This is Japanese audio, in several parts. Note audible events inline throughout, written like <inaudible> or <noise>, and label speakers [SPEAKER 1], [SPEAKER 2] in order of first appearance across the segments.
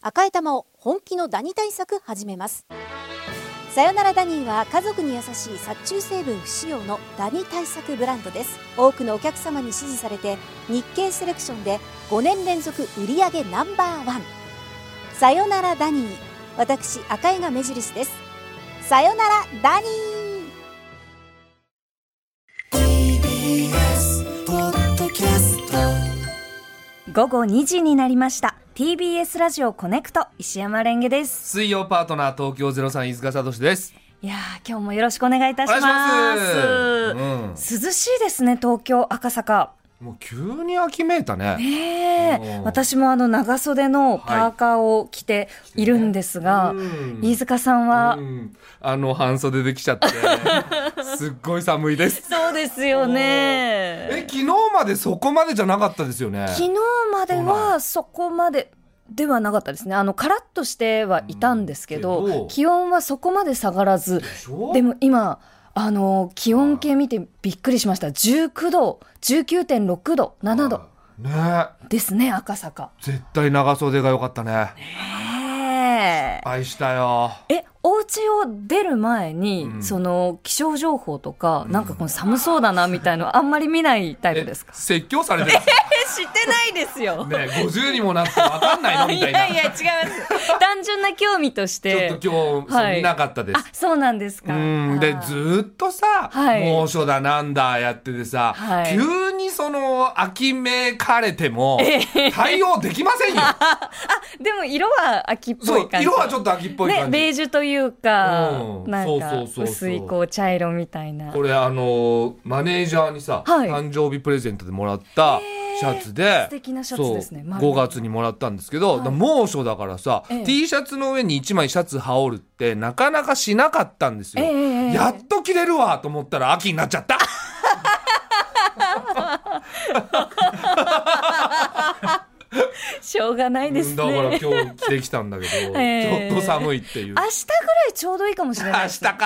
[SPEAKER 1] 赤い玉を本気のダニ対策始めますさよならダニーは家族に優しい殺虫成分不使用のダニ対策ブランドです多くのお客様に支持されて日経セレクションで5年連続売上ナンバーワンさよならダニー私赤井が目印ですさよならダニー
[SPEAKER 2] TBS ポッドキャスト
[SPEAKER 3] 午後2時になりました TBS ラジオコネクト石山レンゲです
[SPEAKER 4] 水曜パートナー東京ゼロさん飯塚聡です。
[SPEAKER 3] いやー今日もよろしくお願いいたします
[SPEAKER 4] お願いします
[SPEAKER 3] 涼しいですね東京赤坂
[SPEAKER 4] もう急に秋めいたね。
[SPEAKER 3] え
[SPEAKER 4] お
[SPEAKER 3] ー
[SPEAKER 4] ー
[SPEAKER 3] 私もあの長袖のパーカーを着ているんですが、
[SPEAKER 4] うん
[SPEAKER 3] 飯塚さんは、
[SPEAKER 4] うんあの半袖で来ちゃって
[SPEAKER 3] <laughs>
[SPEAKER 4] すっごい寒いです。
[SPEAKER 3] そうですよ
[SPEAKER 4] え
[SPEAKER 3] ね
[SPEAKER 4] 昨日までそこまでじゃなかったですよね。
[SPEAKER 3] 昨日まではそこまでではなかったですねあのカラッとしてはいたんですけど,、
[SPEAKER 4] うんけど
[SPEAKER 3] 気温はそこまで下がらず
[SPEAKER 4] しょ
[SPEAKER 3] でも今あの気温計見てびっくりしました19度19.6度7度
[SPEAKER 4] ね
[SPEAKER 3] ですね赤坂
[SPEAKER 4] 絶対長袖が良かったね。
[SPEAKER 3] え
[SPEAKER 4] 愛したよ。
[SPEAKER 3] えお家を出る前に、
[SPEAKER 4] うん
[SPEAKER 3] その気象情報とか、なんかこの寒そうだなみたいのあんまり見ないタイプ
[SPEAKER 4] <laughs>
[SPEAKER 3] ですか
[SPEAKER 4] え説教されてる。
[SPEAKER 3] え知ってないですよ、 <laughs>
[SPEAKER 4] ね50にもなってわかんないのみ
[SPEAKER 3] い
[SPEAKER 4] たいな。
[SPEAKER 3] やいや違います
[SPEAKER 4] <laughs>
[SPEAKER 3] 単純な興味とし
[SPEAKER 4] ちょ
[SPEAKER 3] て
[SPEAKER 4] っと今日、
[SPEAKER 3] はい
[SPEAKER 4] 見なかったです
[SPEAKER 3] あ。そうなんですか
[SPEAKER 4] うん、で
[SPEAKER 3] あー
[SPEAKER 4] ずーっとさ、
[SPEAKER 3] はい
[SPEAKER 4] 猛暑だなんだやっててさ、
[SPEAKER 3] はい
[SPEAKER 4] 急にその秋めかれても対応できま
[SPEAKER 3] <laughs>
[SPEAKER 4] せんよ。
[SPEAKER 3] でも色は秋っぽ
[SPEAKER 4] そ
[SPEAKER 3] いう感じ
[SPEAKER 4] 色はちょっと秋っぽい
[SPEAKER 3] ね、
[SPEAKER 4] 感じ。
[SPEAKER 3] ベージュというか、
[SPEAKER 4] うん
[SPEAKER 3] なんか
[SPEAKER 4] そうそうそうそう
[SPEAKER 3] 薄いこう茶色みたいな。
[SPEAKER 4] これあのーマネージャーにさ、
[SPEAKER 3] はい
[SPEAKER 4] 誕生日プレゼントでもらったシャツで、
[SPEAKER 3] 素敵なシャツですね
[SPEAKER 4] そう
[SPEAKER 3] 丸い
[SPEAKER 4] 5月にもらったんですけど、だ猛暑だからさ、
[SPEAKER 3] ええ
[SPEAKER 4] T シャツの上に1枚シャツ羽織るってなかなかしなかったんですよ。
[SPEAKER 3] ええええ
[SPEAKER 4] やっと着れるわと思ったら秋になっちゃった。
[SPEAKER 3] しょうがないですね。
[SPEAKER 4] だから
[SPEAKER 3] 明日ぐ
[SPEAKER 4] 今日着てきたんだけど、
[SPEAKER 3] <laughs> えー
[SPEAKER 4] ちょっと寒いっていう。
[SPEAKER 3] らいちょうどいいかもしれない
[SPEAKER 4] 明
[SPEAKER 3] で
[SPEAKER 4] 日
[SPEAKER 3] す。 <laughs>
[SPEAKER 4] か。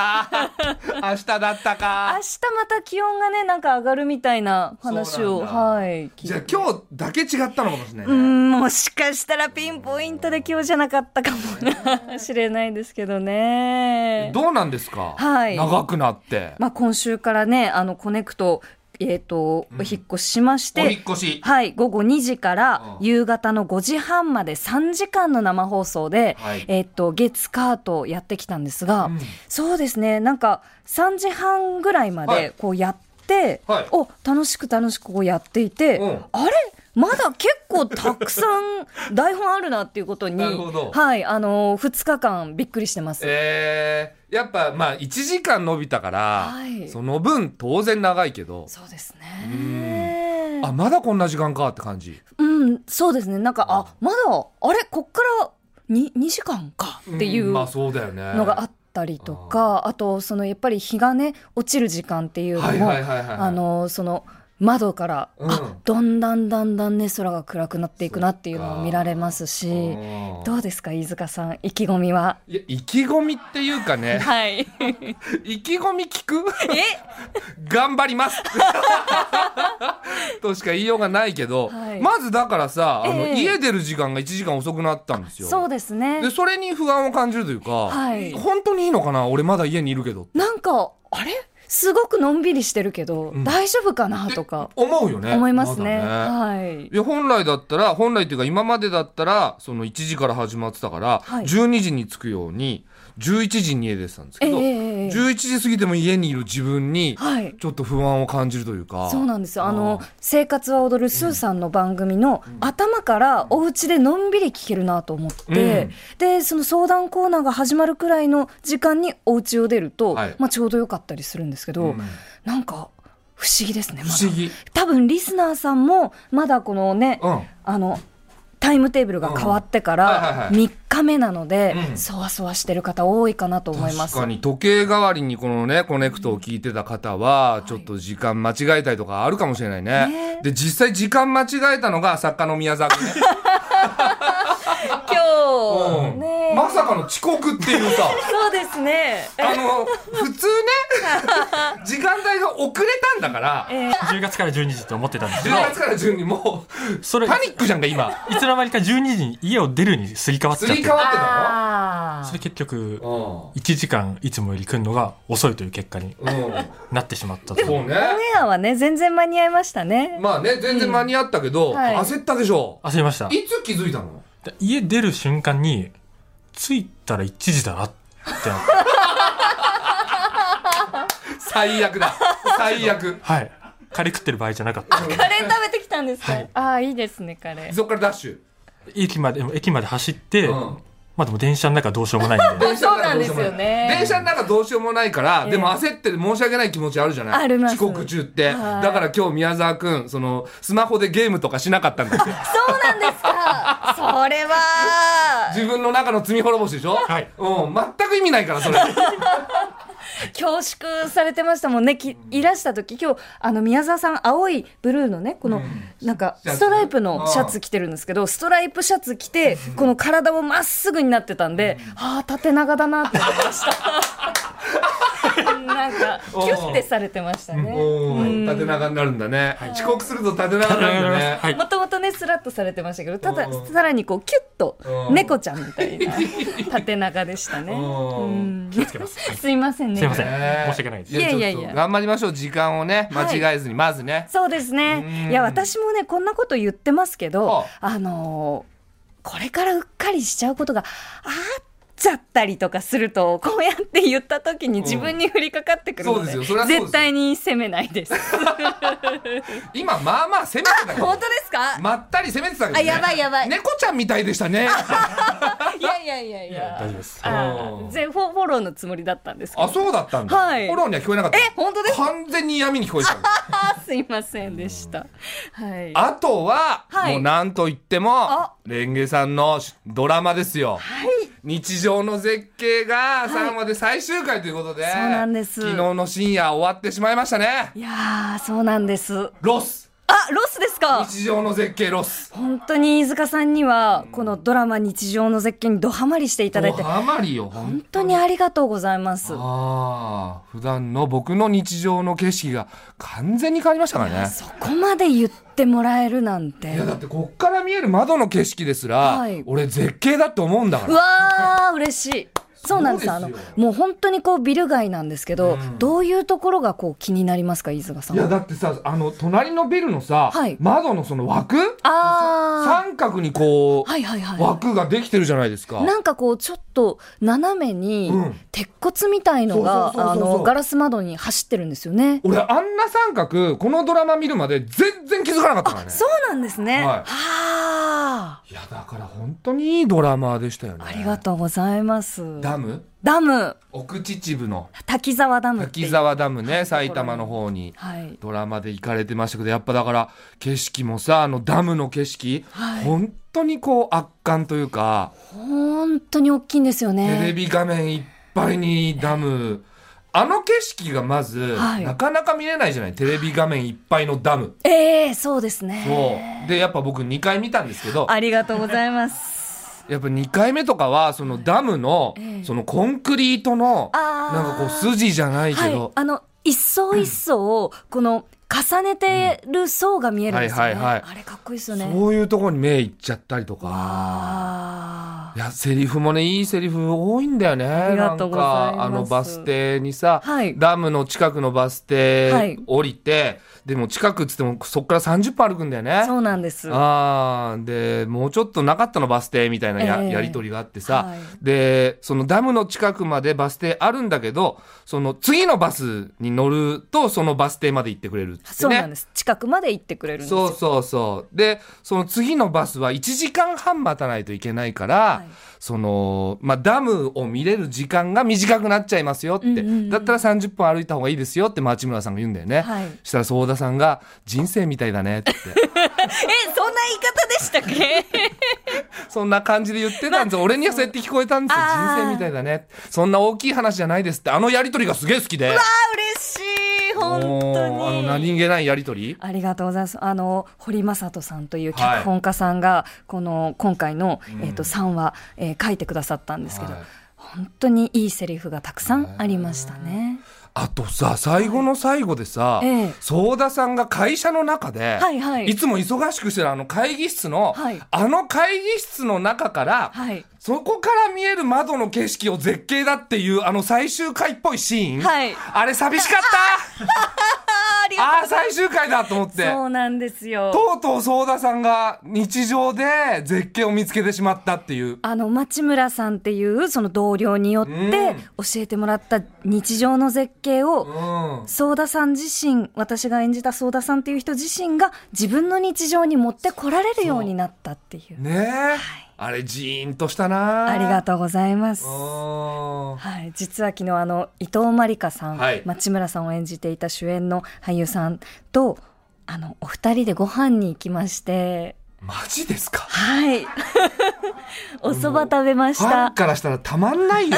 [SPEAKER 4] 明日だった
[SPEAKER 3] 明
[SPEAKER 4] か。
[SPEAKER 3] 日また気温がね、なんか上がるみたいな話を、
[SPEAKER 4] そうなんだ
[SPEAKER 3] はい。聞いて
[SPEAKER 4] じゃあ今日だけ違ったのかもしれないうね。
[SPEAKER 3] ん、もしかしたらピンポイントで今日じゃなか
[SPEAKER 4] <laughs>
[SPEAKER 3] ったかもな、しれないですけどね。
[SPEAKER 4] どうなんですか、
[SPEAKER 3] はい
[SPEAKER 4] 長くなって。
[SPEAKER 3] まあ今週からね、あの、コネクト、えっ、と、お引っ越ししまし
[SPEAKER 4] お
[SPEAKER 3] て、
[SPEAKER 4] 引っ越し。
[SPEAKER 3] はい、午後2時から
[SPEAKER 4] うん
[SPEAKER 3] 夕方の5時半まで3時間の生放送で、
[SPEAKER 4] はい
[SPEAKER 3] えっと、月カートやってきたんですが、
[SPEAKER 4] うん
[SPEAKER 3] そうですね、なんか3時半ぐらいま
[SPEAKER 4] はい
[SPEAKER 3] でこうやって、
[SPEAKER 4] はい
[SPEAKER 3] お、楽しく楽しくこうやっていて、
[SPEAKER 4] うん
[SPEAKER 3] あれまだ結構たくさん台本あるなっていうことに、
[SPEAKER 4] なるほど
[SPEAKER 3] はい、あのー、2日間びっくりしてます。
[SPEAKER 4] えー、やっぱまあ1時間伸びたから、
[SPEAKER 3] はい
[SPEAKER 4] その分当然長いけど、
[SPEAKER 3] そうです
[SPEAKER 4] う
[SPEAKER 3] ね。
[SPEAKER 4] あ、まだこんな時間かって感じ。
[SPEAKER 3] うん、そうですね。なんか、あ、まだ、あれ、こっからに 2, 時間かってい
[SPEAKER 4] ん
[SPEAKER 3] う
[SPEAKER 4] まあそうだよね。
[SPEAKER 3] のがあったりとか、あと、そのやっぱり日がね、落ちる時間っていうの
[SPEAKER 4] はい
[SPEAKER 3] も、
[SPEAKER 4] はいはいはいはい。
[SPEAKER 3] あの、その、窓から、
[SPEAKER 4] うん
[SPEAKER 3] あ、どんだんだんだんね、空が暗くなっていくなっていうのも見られますし、
[SPEAKER 4] うん
[SPEAKER 3] どうですか、飯塚さん、意気込みは。
[SPEAKER 4] いや、意気込みっていうかね。
[SPEAKER 3] <laughs> はい。
[SPEAKER 4] <laughs> 意気込み聞く頑張ります
[SPEAKER 3] <laughs>
[SPEAKER 4] としか言いようがないけど、
[SPEAKER 3] はい
[SPEAKER 4] まずだからさ、あの
[SPEAKER 3] ええ
[SPEAKER 4] 家出る時間が1時間遅くなったんですよ。
[SPEAKER 3] そうですね
[SPEAKER 4] で。それに不安を感じるというか、
[SPEAKER 3] はい
[SPEAKER 4] 本当にいいのかな俺まだ家にいるけど
[SPEAKER 3] なんか、あれすごくのんびりしてるけど、
[SPEAKER 4] うん
[SPEAKER 3] 大丈夫かなとか、
[SPEAKER 4] 思うよね
[SPEAKER 3] 思いますね。
[SPEAKER 4] だ
[SPEAKER 3] はい。
[SPEAKER 4] いや本来だったら本来っていうか今までだったらその1時から始まってたから、
[SPEAKER 3] はい
[SPEAKER 4] 12時に着くように11時に家出てたんですけど、
[SPEAKER 3] ええええええ
[SPEAKER 4] 11時過ぎても家にいる自分に
[SPEAKER 3] はい
[SPEAKER 4] ちょっと不安を感じるというか。
[SPEAKER 3] そうなんですよ。あ
[SPEAKER 4] うん
[SPEAKER 3] の、生活は踊るスーさんの番組の頭からお家でのんびり聞けるなと思って、で、その相談コーナーが始まるくらいの時間にお家を出ると、
[SPEAKER 4] はい
[SPEAKER 3] まあちょうどよかったりするんですけど、
[SPEAKER 4] うん
[SPEAKER 3] なんか不思議ですね、ま
[SPEAKER 4] 不
[SPEAKER 3] だ
[SPEAKER 4] 思議。
[SPEAKER 3] 多分リスナーさんも、まだこのね、
[SPEAKER 4] うん。
[SPEAKER 3] あの、タイムテーブルが変わってか
[SPEAKER 4] うんはいはい
[SPEAKER 3] ら
[SPEAKER 4] はい
[SPEAKER 3] 3日目なので、
[SPEAKER 4] うん
[SPEAKER 3] そわそわしてる方多いかなと思います。
[SPEAKER 4] 確かに時計代わりにこのね、コネクトを聞いてた方は、ちょっと時間間違えたりとかあるかもしれない
[SPEAKER 3] ね
[SPEAKER 4] ね。で、実際時間
[SPEAKER 3] <laughs>
[SPEAKER 4] 間違えたのが作家の宮沢君ね。
[SPEAKER 3] 今日、
[SPEAKER 4] うん
[SPEAKER 3] ねえ
[SPEAKER 4] まさかの遅刻っていう
[SPEAKER 3] <laughs>
[SPEAKER 4] さ、
[SPEAKER 3] そうですね。
[SPEAKER 4] あの、普
[SPEAKER 3] <laughs>
[SPEAKER 4] 通ね、時間帯が遅れたんだから、
[SPEAKER 3] えー
[SPEAKER 5] 10月から12時と思ってたんですけど
[SPEAKER 4] 10月から順にもう、
[SPEAKER 5] それ
[SPEAKER 4] パニックじゃんか、今。
[SPEAKER 5] いつの間にか12時に家を出るにすり替わっち
[SPEAKER 4] す
[SPEAKER 5] ゃっ
[SPEAKER 4] り
[SPEAKER 5] て
[SPEAKER 4] 替わってた
[SPEAKER 3] あ
[SPEAKER 5] それ結局
[SPEAKER 4] の
[SPEAKER 5] 1時間いつもより来るのが遅いという結果に
[SPEAKER 4] うん。うん。
[SPEAKER 5] なってしまったと
[SPEAKER 4] そうね。
[SPEAKER 3] ーオンエアはね、全然間に合いましたね。
[SPEAKER 4] まあね、全然間に合ったけど、
[SPEAKER 3] うんはい
[SPEAKER 4] 焦ったでしょ。
[SPEAKER 5] 焦りました
[SPEAKER 4] いつ気づいたの
[SPEAKER 5] で家出る瞬間に着いたら1時だなって <laughs> なって
[SPEAKER 4] 最悪だ。
[SPEAKER 3] <laughs>
[SPEAKER 4] 最悪。
[SPEAKER 5] はいカレー食ってる場合じゃなかった
[SPEAKER 3] カレー食べてきたんですか、
[SPEAKER 5] はい
[SPEAKER 3] ああ、いいですね、カレー。
[SPEAKER 4] そっからダッシュ。
[SPEAKER 5] 駅まで駅まで走って、
[SPEAKER 4] うん
[SPEAKER 5] まあでも電車の中はどうしようもないん
[SPEAKER 4] <laughs>
[SPEAKER 5] で
[SPEAKER 4] 電車の中どし
[SPEAKER 3] そ
[SPEAKER 4] ようも
[SPEAKER 3] うなんですよ
[SPEAKER 4] い
[SPEAKER 3] ね
[SPEAKER 4] 電車の中どうしようもないから、
[SPEAKER 3] ええ
[SPEAKER 4] でも焦って申し訳ない気持ちあるじゃない
[SPEAKER 3] あります
[SPEAKER 4] 遅刻中って。だ
[SPEAKER 3] はい
[SPEAKER 4] から今日宮沢くん、その、スマホでゲームとかしなかったんですよ。
[SPEAKER 3] そうなんですかそれは、
[SPEAKER 4] 自分の中の罪滅ぼしでしょ
[SPEAKER 5] はい
[SPEAKER 4] うん、全く意味ないから、それ。
[SPEAKER 3] 恐縮されてましたもんね。きいらした時、今日、あの、宮沢さん、青いブルーのね、この、なんか、
[SPEAKER 4] シャツ
[SPEAKER 3] ストライプのシャツ着てるんですけど、ストライプシャツ着て、この体もまっすぐになってたんで、ああ、縦長だなって思いま <laughs> した。なんか、キュッてされてましたね。
[SPEAKER 4] うん、縦長になるんだね。遅刻すると縦長になるんだね。
[SPEAKER 5] はい
[SPEAKER 3] もともとね、スラッとされてましたけど、ただ
[SPEAKER 4] うん、
[SPEAKER 3] さらにこう、キュッと
[SPEAKER 4] う、ん
[SPEAKER 3] 猫ちゃんみたいな、 <laughs> 縦長でしたね。
[SPEAKER 4] うん
[SPEAKER 5] 気をつけますはい
[SPEAKER 3] すいませんね。
[SPEAKER 5] すいません
[SPEAKER 4] ね
[SPEAKER 5] 申し訳ないです
[SPEAKER 3] いやいやいや
[SPEAKER 4] ちょっと頑張りましょう、時間をね。
[SPEAKER 3] はい
[SPEAKER 4] 間違えずに、まずね。
[SPEAKER 3] そうですね。いや、私もね、こんなこと言ってますけ
[SPEAKER 4] は
[SPEAKER 3] ど、あのーこれからうっかりしちゃうことがあっちゃったりとかすると、こうやって言った時に自分に降りかかってくるので、
[SPEAKER 4] そうですよそれはそうですよ
[SPEAKER 3] 絶対に責めないです。
[SPEAKER 4] 今、まあまあ攻めてたけ
[SPEAKER 3] 本
[SPEAKER 4] ど
[SPEAKER 3] 当。ですか、
[SPEAKER 4] まったり攻めてたけど、ね。
[SPEAKER 3] あやばいやばい
[SPEAKER 4] 猫ちゃんみたいでしたね。
[SPEAKER 3] いやいやいやいや。
[SPEAKER 5] 大丈夫です
[SPEAKER 3] あー全フォフォローのつもりだったんですけど。
[SPEAKER 4] あ、そうだったんだ。
[SPEAKER 3] はい
[SPEAKER 4] フォローには聞こえなかった。
[SPEAKER 3] え、本当ですか
[SPEAKER 4] 完全に闇に聞こえてたんだ。
[SPEAKER 3] あすいませんでした。はい。
[SPEAKER 4] あとは、
[SPEAKER 3] はい
[SPEAKER 4] もうなんといっても
[SPEAKER 3] あ、
[SPEAKER 4] レンゲさんのドラマですよ。日常の絶景が3話で最終回ということで、
[SPEAKER 3] そうなんです
[SPEAKER 4] 昨日の深夜終わってしまいましたね。
[SPEAKER 3] いやー、そうなんです。あ、
[SPEAKER 4] ロス
[SPEAKER 3] ロスですか
[SPEAKER 4] 日常の絶景ロス
[SPEAKER 3] 本当に飯塚さんにはこのドラマ「日常の絶景」にドハマりしていただいて
[SPEAKER 4] もう
[SPEAKER 3] 本
[SPEAKER 4] ハマりよ、本
[SPEAKER 3] 当にありがとうございます。
[SPEAKER 4] ああ、普段の僕の日常の景色が完全に変わりましたからね。
[SPEAKER 3] そこまで言ってもらえるなん
[SPEAKER 4] い
[SPEAKER 3] て
[SPEAKER 4] や、だってこっから見える窓の景色ですら、
[SPEAKER 3] はい
[SPEAKER 4] 俺絶景だって思うんだか
[SPEAKER 3] う
[SPEAKER 4] ら。
[SPEAKER 3] わー嬉しいそうなんですあ
[SPEAKER 4] そう
[SPEAKER 3] の
[SPEAKER 4] ですよ
[SPEAKER 3] もう本当にこうビル街なんですけど、
[SPEAKER 4] うん
[SPEAKER 3] どういうところがこう気になりますか飯塚さ
[SPEAKER 4] い
[SPEAKER 3] ん
[SPEAKER 4] や、
[SPEAKER 3] は
[SPEAKER 4] だってさ、あの、隣のビルのさ、
[SPEAKER 3] はい
[SPEAKER 4] 窓のその枠
[SPEAKER 3] あ
[SPEAKER 4] 三角にこ
[SPEAKER 3] ー
[SPEAKER 4] う、
[SPEAKER 3] はいはいは
[SPEAKER 4] 枠ができてるじゃないですか。
[SPEAKER 3] いなんかこうちょっと斜めに
[SPEAKER 4] うん
[SPEAKER 3] 鉄骨みたいのが
[SPEAKER 4] そうそうそう
[SPEAKER 3] あ
[SPEAKER 4] そうそう
[SPEAKER 3] のガラス窓に走ってるんですよね
[SPEAKER 4] 俺、あんな三角、このドラマ見るまで全然気づかなかったから
[SPEAKER 3] あ
[SPEAKER 4] ね。
[SPEAKER 3] そうなんですね
[SPEAKER 4] はい
[SPEAKER 3] はあ
[SPEAKER 4] いや、だから本当にいいドラマでしたよね。
[SPEAKER 3] ありがとうございます。
[SPEAKER 4] ダム
[SPEAKER 3] ダム、
[SPEAKER 4] 奥秩父の
[SPEAKER 3] 滝沢ダムっていう
[SPEAKER 4] 滝沢ダムね、埼玉の方に。
[SPEAKER 3] はい。
[SPEAKER 4] ドラマで行かれてましたけど、やっぱだから、景色もさ、あのダムの景色、
[SPEAKER 3] はい
[SPEAKER 4] 本当にこう圧巻というか、
[SPEAKER 3] 本当に大きいんですよね。
[SPEAKER 4] テレビ画面いっぱいにダム、あの景色がまず、
[SPEAKER 3] はい
[SPEAKER 4] なかなか見れないじゃない、テレビ画面いっぱいのダム。
[SPEAKER 3] ええそうですね。
[SPEAKER 4] そう。で、やっぱ僕2回見たんですけど、
[SPEAKER 3] ありがとうございます。
[SPEAKER 4] やっぱ2回目とかは、そのダムの
[SPEAKER 3] え、え
[SPEAKER 4] そのコンクリートの、
[SPEAKER 3] あー
[SPEAKER 4] なんかこう筋じゃないけ
[SPEAKER 3] はい
[SPEAKER 4] ど。、
[SPEAKER 3] あの一層一層をこの重ねてる層が見えるんですよね。
[SPEAKER 4] うんはいはいはい
[SPEAKER 3] あれかっこいいですよね。
[SPEAKER 4] そういうところに目いっちゃったりとか。
[SPEAKER 3] あ
[SPEAKER 4] いや、セリフもね、いいセリフ多いんだよね。
[SPEAKER 3] りがとうございます
[SPEAKER 4] なんか、あのバス停にさ、
[SPEAKER 3] はい
[SPEAKER 4] ダムの近くのバス
[SPEAKER 3] はい
[SPEAKER 4] 停降りて、でも近くっつってもそっから30分歩くんだよね
[SPEAKER 3] あ、。そうなんです。
[SPEAKER 4] あーでもうちょっとなかったのバス停みたいなや,、
[SPEAKER 3] ええ
[SPEAKER 4] やり取りがあってさ、
[SPEAKER 3] はい
[SPEAKER 4] でそのダムの近くまでバス停あるんだけどその次のバスに乗るとそのバス停まで行ってくれるっつって
[SPEAKER 3] そうなん
[SPEAKER 4] ね
[SPEAKER 3] です。近くまで行ってくれるんです
[SPEAKER 4] そ
[SPEAKER 3] よ。
[SPEAKER 4] うそうそうでその次のバスは1時間半待たないといけないから、
[SPEAKER 3] い
[SPEAKER 4] その、まあ、ダムを見れる時間が短くなっちゃいますよって、
[SPEAKER 3] うんうんうん
[SPEAKER 4] だったら30分歩いた方がいいですよって町村さんが言うんだよね、
[SPEAKER 3] はい
[SPEAKER 4] そしたら相田さんが「人生みたいだ
[SPEAKER 3] <laughs>
[SPEAKER 4] ね」って言って。
[SPEAKER 3] え、そんな言い方でしたっけ？
[SPEAKER 4] そんな感じで言ってたんですよ。俺にはそうやって聞こえたんですよ。
[SPEAKER 3] あー
[SPEAKER 4] 人生みたいだね。そんな大きい話じゃないですって。あのやりとりがすげえ好きで。
[SPEAKER 3] あ、嬉しい。本当
[SPEAKER 4] おーあの
[SPEAKER 3] に
[SPEAKER 4] 何気ないやりとり
[SPEAKER 3] ありがとうございます。あの、堀正人さんという脚本家さんが、この、今回の、えっと、3話、えー書いてくださったんですけど、
[SPEAKER 4] はい
[SPEAKER 3] 本当にいいセリフがたくさんありましたね。
[SPEAKER 4] あとさ最後の最後でさ
[SPEAKER 3] ええ
[SPEAKER 4] 相田さんが会社の中で、
[SPEAKER 3] はいはい
[SPEAKER 4] つも忙しくしてるあの会議室の、
[SPEAKER 3] はい
[SPEAKER 4] あの会議室の中から、
[SPEAKER 3] はい。
[SPEAKER 4] そこから見える窓の景色を絶景だっていうあの最終回っぽいシーン、
[SPEAKER 3] はい
[SPEAKER 4] あれ寂しかった
[SPEAKER 3] <laughs> あり
[SPEAKER 4] ああー最終回だと思って
[SPEAKER 3] そうなんですよ。
[SPEAKER 4] とうとう相田さんが日常で絶景を見つけてしまったっていう
[SPEAKER 3] あの、町村さんっていう、その同僚によっ
[SPEAKER 4] うん
[SPEAKER 3] て、教えてもらった日常の絶景を、
[SPEAKER 4] うん
[SPEAKER 3] 相田さん自身、私が演じた相田さんっていう人自身が自分の日常に持ってこられるようになったっていう。
[SPEAKER 4] ねえ、あれジーンとしたな
[SPEAKER 3] ありが
[SPEAKER 4] と
[SPEAKER 3] とうございます。
[SPEAKER 4] うん
[SPEAKER 3] はい、実は昨日あの伊藤真理香さん、
[SPEAKER 4] はい
[SPEAKER 3] 町村さんを演じていた主演の俳優さんとあのお二人でご飯に行きまして
[SPEAKER 4] マジです
[SPEAKER 3] <laughs>
[SPEAKER 4] か
[SPEAKER 3] はいお蕎麦食べまし
[SPEAKER 4] ファン
[SPEAKER 3] た
[SPEAKER 4] からしたらたまんな
[SPEAKER 3] <laughs>
[SPEAKER 4] いよ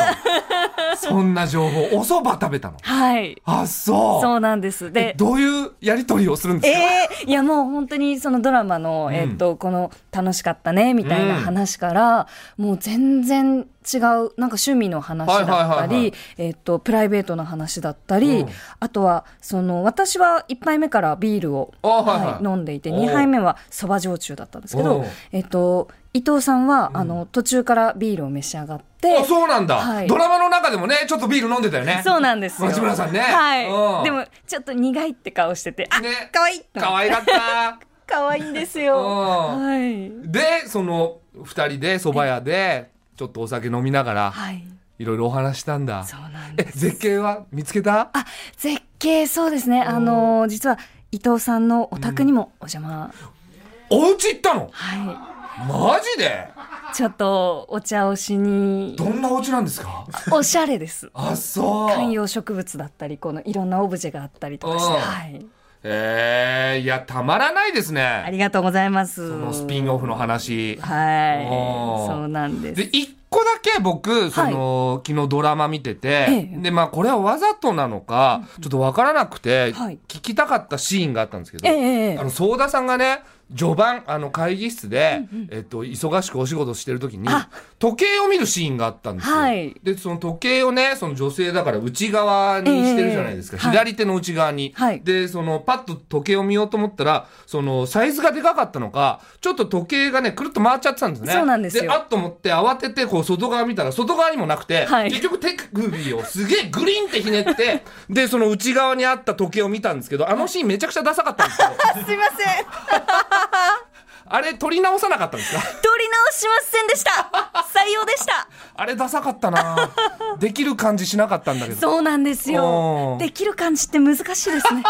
[SPEAKER 4] そんな情報お蕎麦食べたの
[SPEAKER 3] はい
[SPEAKER 4] あそう
[SPEAKER 3] そうなんです
[SPEAKER 4] え
[SPEAKER 3] で
[SPEAKER 4] どういうやりとりをするんですか、
[SPEAKER 3] えー、いやもう本当にそのドラマの、
[SPEAKER 4] うん
[SPEAKER 3] えっとこの楽しかったねみたいな話から、もう全然違うなんか趣味の話だったり、
[SPEAKER 4] はいはいはいはい
[SPEAKER 3] えっとプライベートの話だったり、
[SPEAKER 4] うん
[SPEAKER 3] あとはその私は1杯目からビールを、
[SPEAKER 4] あはいはい
[SPEAKER 3] 飲んでいて
[SPEAKER 4] おう
[SPEAKER 3] 2杯目はそば焼酎だったんですけ
[SPEAKER 4] おう
[SPEAKER 3] ど、えっと伊藤さんは、あの途中からビールを召し上がって
[SPEAKER 4] あそうなんだ、
[SPEAKER 3] はい
[SPEAKER 4] ドラマの中でもねちょっとビール飲んでたよね
[SPEAKER 3] そうなんですよ
[SPEAKER 4] 松村さんねう
[SPEAKER 3] は
[SPEAKER 4] ん
[SPEAKER 3] いでもちょっと苦いって顔しててあ、
[SPEAKER 4] ね
[SPEAKER 3] 可愛いって思って
[SPEAKER 4] 可愛かった
[SPEAKER 3] 可愛いんですよ。
[SPEAKER 4] うん
[SPEAKER 3] はい。
[SPEAKER 4] でその2人で蕎麦屋でちょっとお酒飲みながら
[SPEAKER 3] はい。
[SPEAKER 4] いろいろお話したんだ
[SPEAKER 3] そうなん
[SPEAKER 4] え
[SPEAKER 3] です。
[SPEAKER 4] 絶景は見つけた
[SPEAKER 3] あ、絶景、そうですね。あのー、実は、伊藤さんのお宅にもお邪魔、
[SPEAKER 4] お家行ったの
[SPEAKER 3] は
[SPEAKER 4] マジで
[SPEAKER 3] い。ちょっと、お茶をしに、
[SPEAKER 4] どんなお家なんですか
[SPEAKER 3] おしゃれです。
[SPEAKER 4] あそう
[SPEAKER 3] 観葉植物だったり、このいろんなオブジェがあったりとかして、
[SPEAKER 4] うん
[SPEAKER 3] はい。
[SPEAKER 4] えー、いやたまらないです
[SPEAKER 3] あ
[SPEAKER 4] ね
[SPEAKER 3] りがとうございます。
[SPEAKER 4] そのスピンオフの話
[SPEAKER 3] はい
[SPEAKER 4] おー。
[SPEAKER 3] そうなんです。
[SPEAKER 4] で一個だけ僕その、昨日ドラマ見てて、
[SPEAKER 3] ええ
[SPEAKER 4] でまあこれはわざとなのかちょっとわからなくて、
[SPEAKER 3] はい
[SPEAKER 4] 聞きたかったシーンがあったんですけど、
[SPEAKER 3] ええええ
[SPEAKER 4] あの相田さんがね序盤あの会議室で、えっと、忙しくお仕事してる時に
[SPEAKER 3] あ
[SPEAKER 4] 時計を見るシーンがあったんですよ、
[SPEAKER 3] はい
[SPEAKER 4] でその時計をねその女性だから内側にしてるじゃないですか、
[SPEAKER 3] ええはい
[SPEAKER 4] 左手の内側に、
[SPEAKER 3] はい
[SPEAKER 4] でそのパッと時計を見ようと思ったらそのサイズがでかかったのかちょっと時計がねくるっと回っちゃってたんですね
[SPEAKER 3] そうなんですよ
[SPEAKER 4] あっと思って慌ててこう外側見たら外側にもなくて、
[SPEAKER 3] はい
[SPEAKER 4] 結局手首をすげえグリンってひねって
[SPEAKER 3] <laughs>
[SPEAKER 4] でその内側にあった時計を見たんですけどあのシーンめちゃくちゃダサかったんですけど
[SPEAKER 3] すいません。
[SPEAKER 4] あれ撮り直さなかったんですか <laughs>
[SPEAKER 3] 取り直しませんでした。採用でした。
[SPEAKER 4] あれダサかったな <laughs> できる感じしなかったんだけど
[SPEAKER 3] そうなんですよ
[SPEAKER 4] お。ー
[SPEAKER 3] できる感じって難しいですね。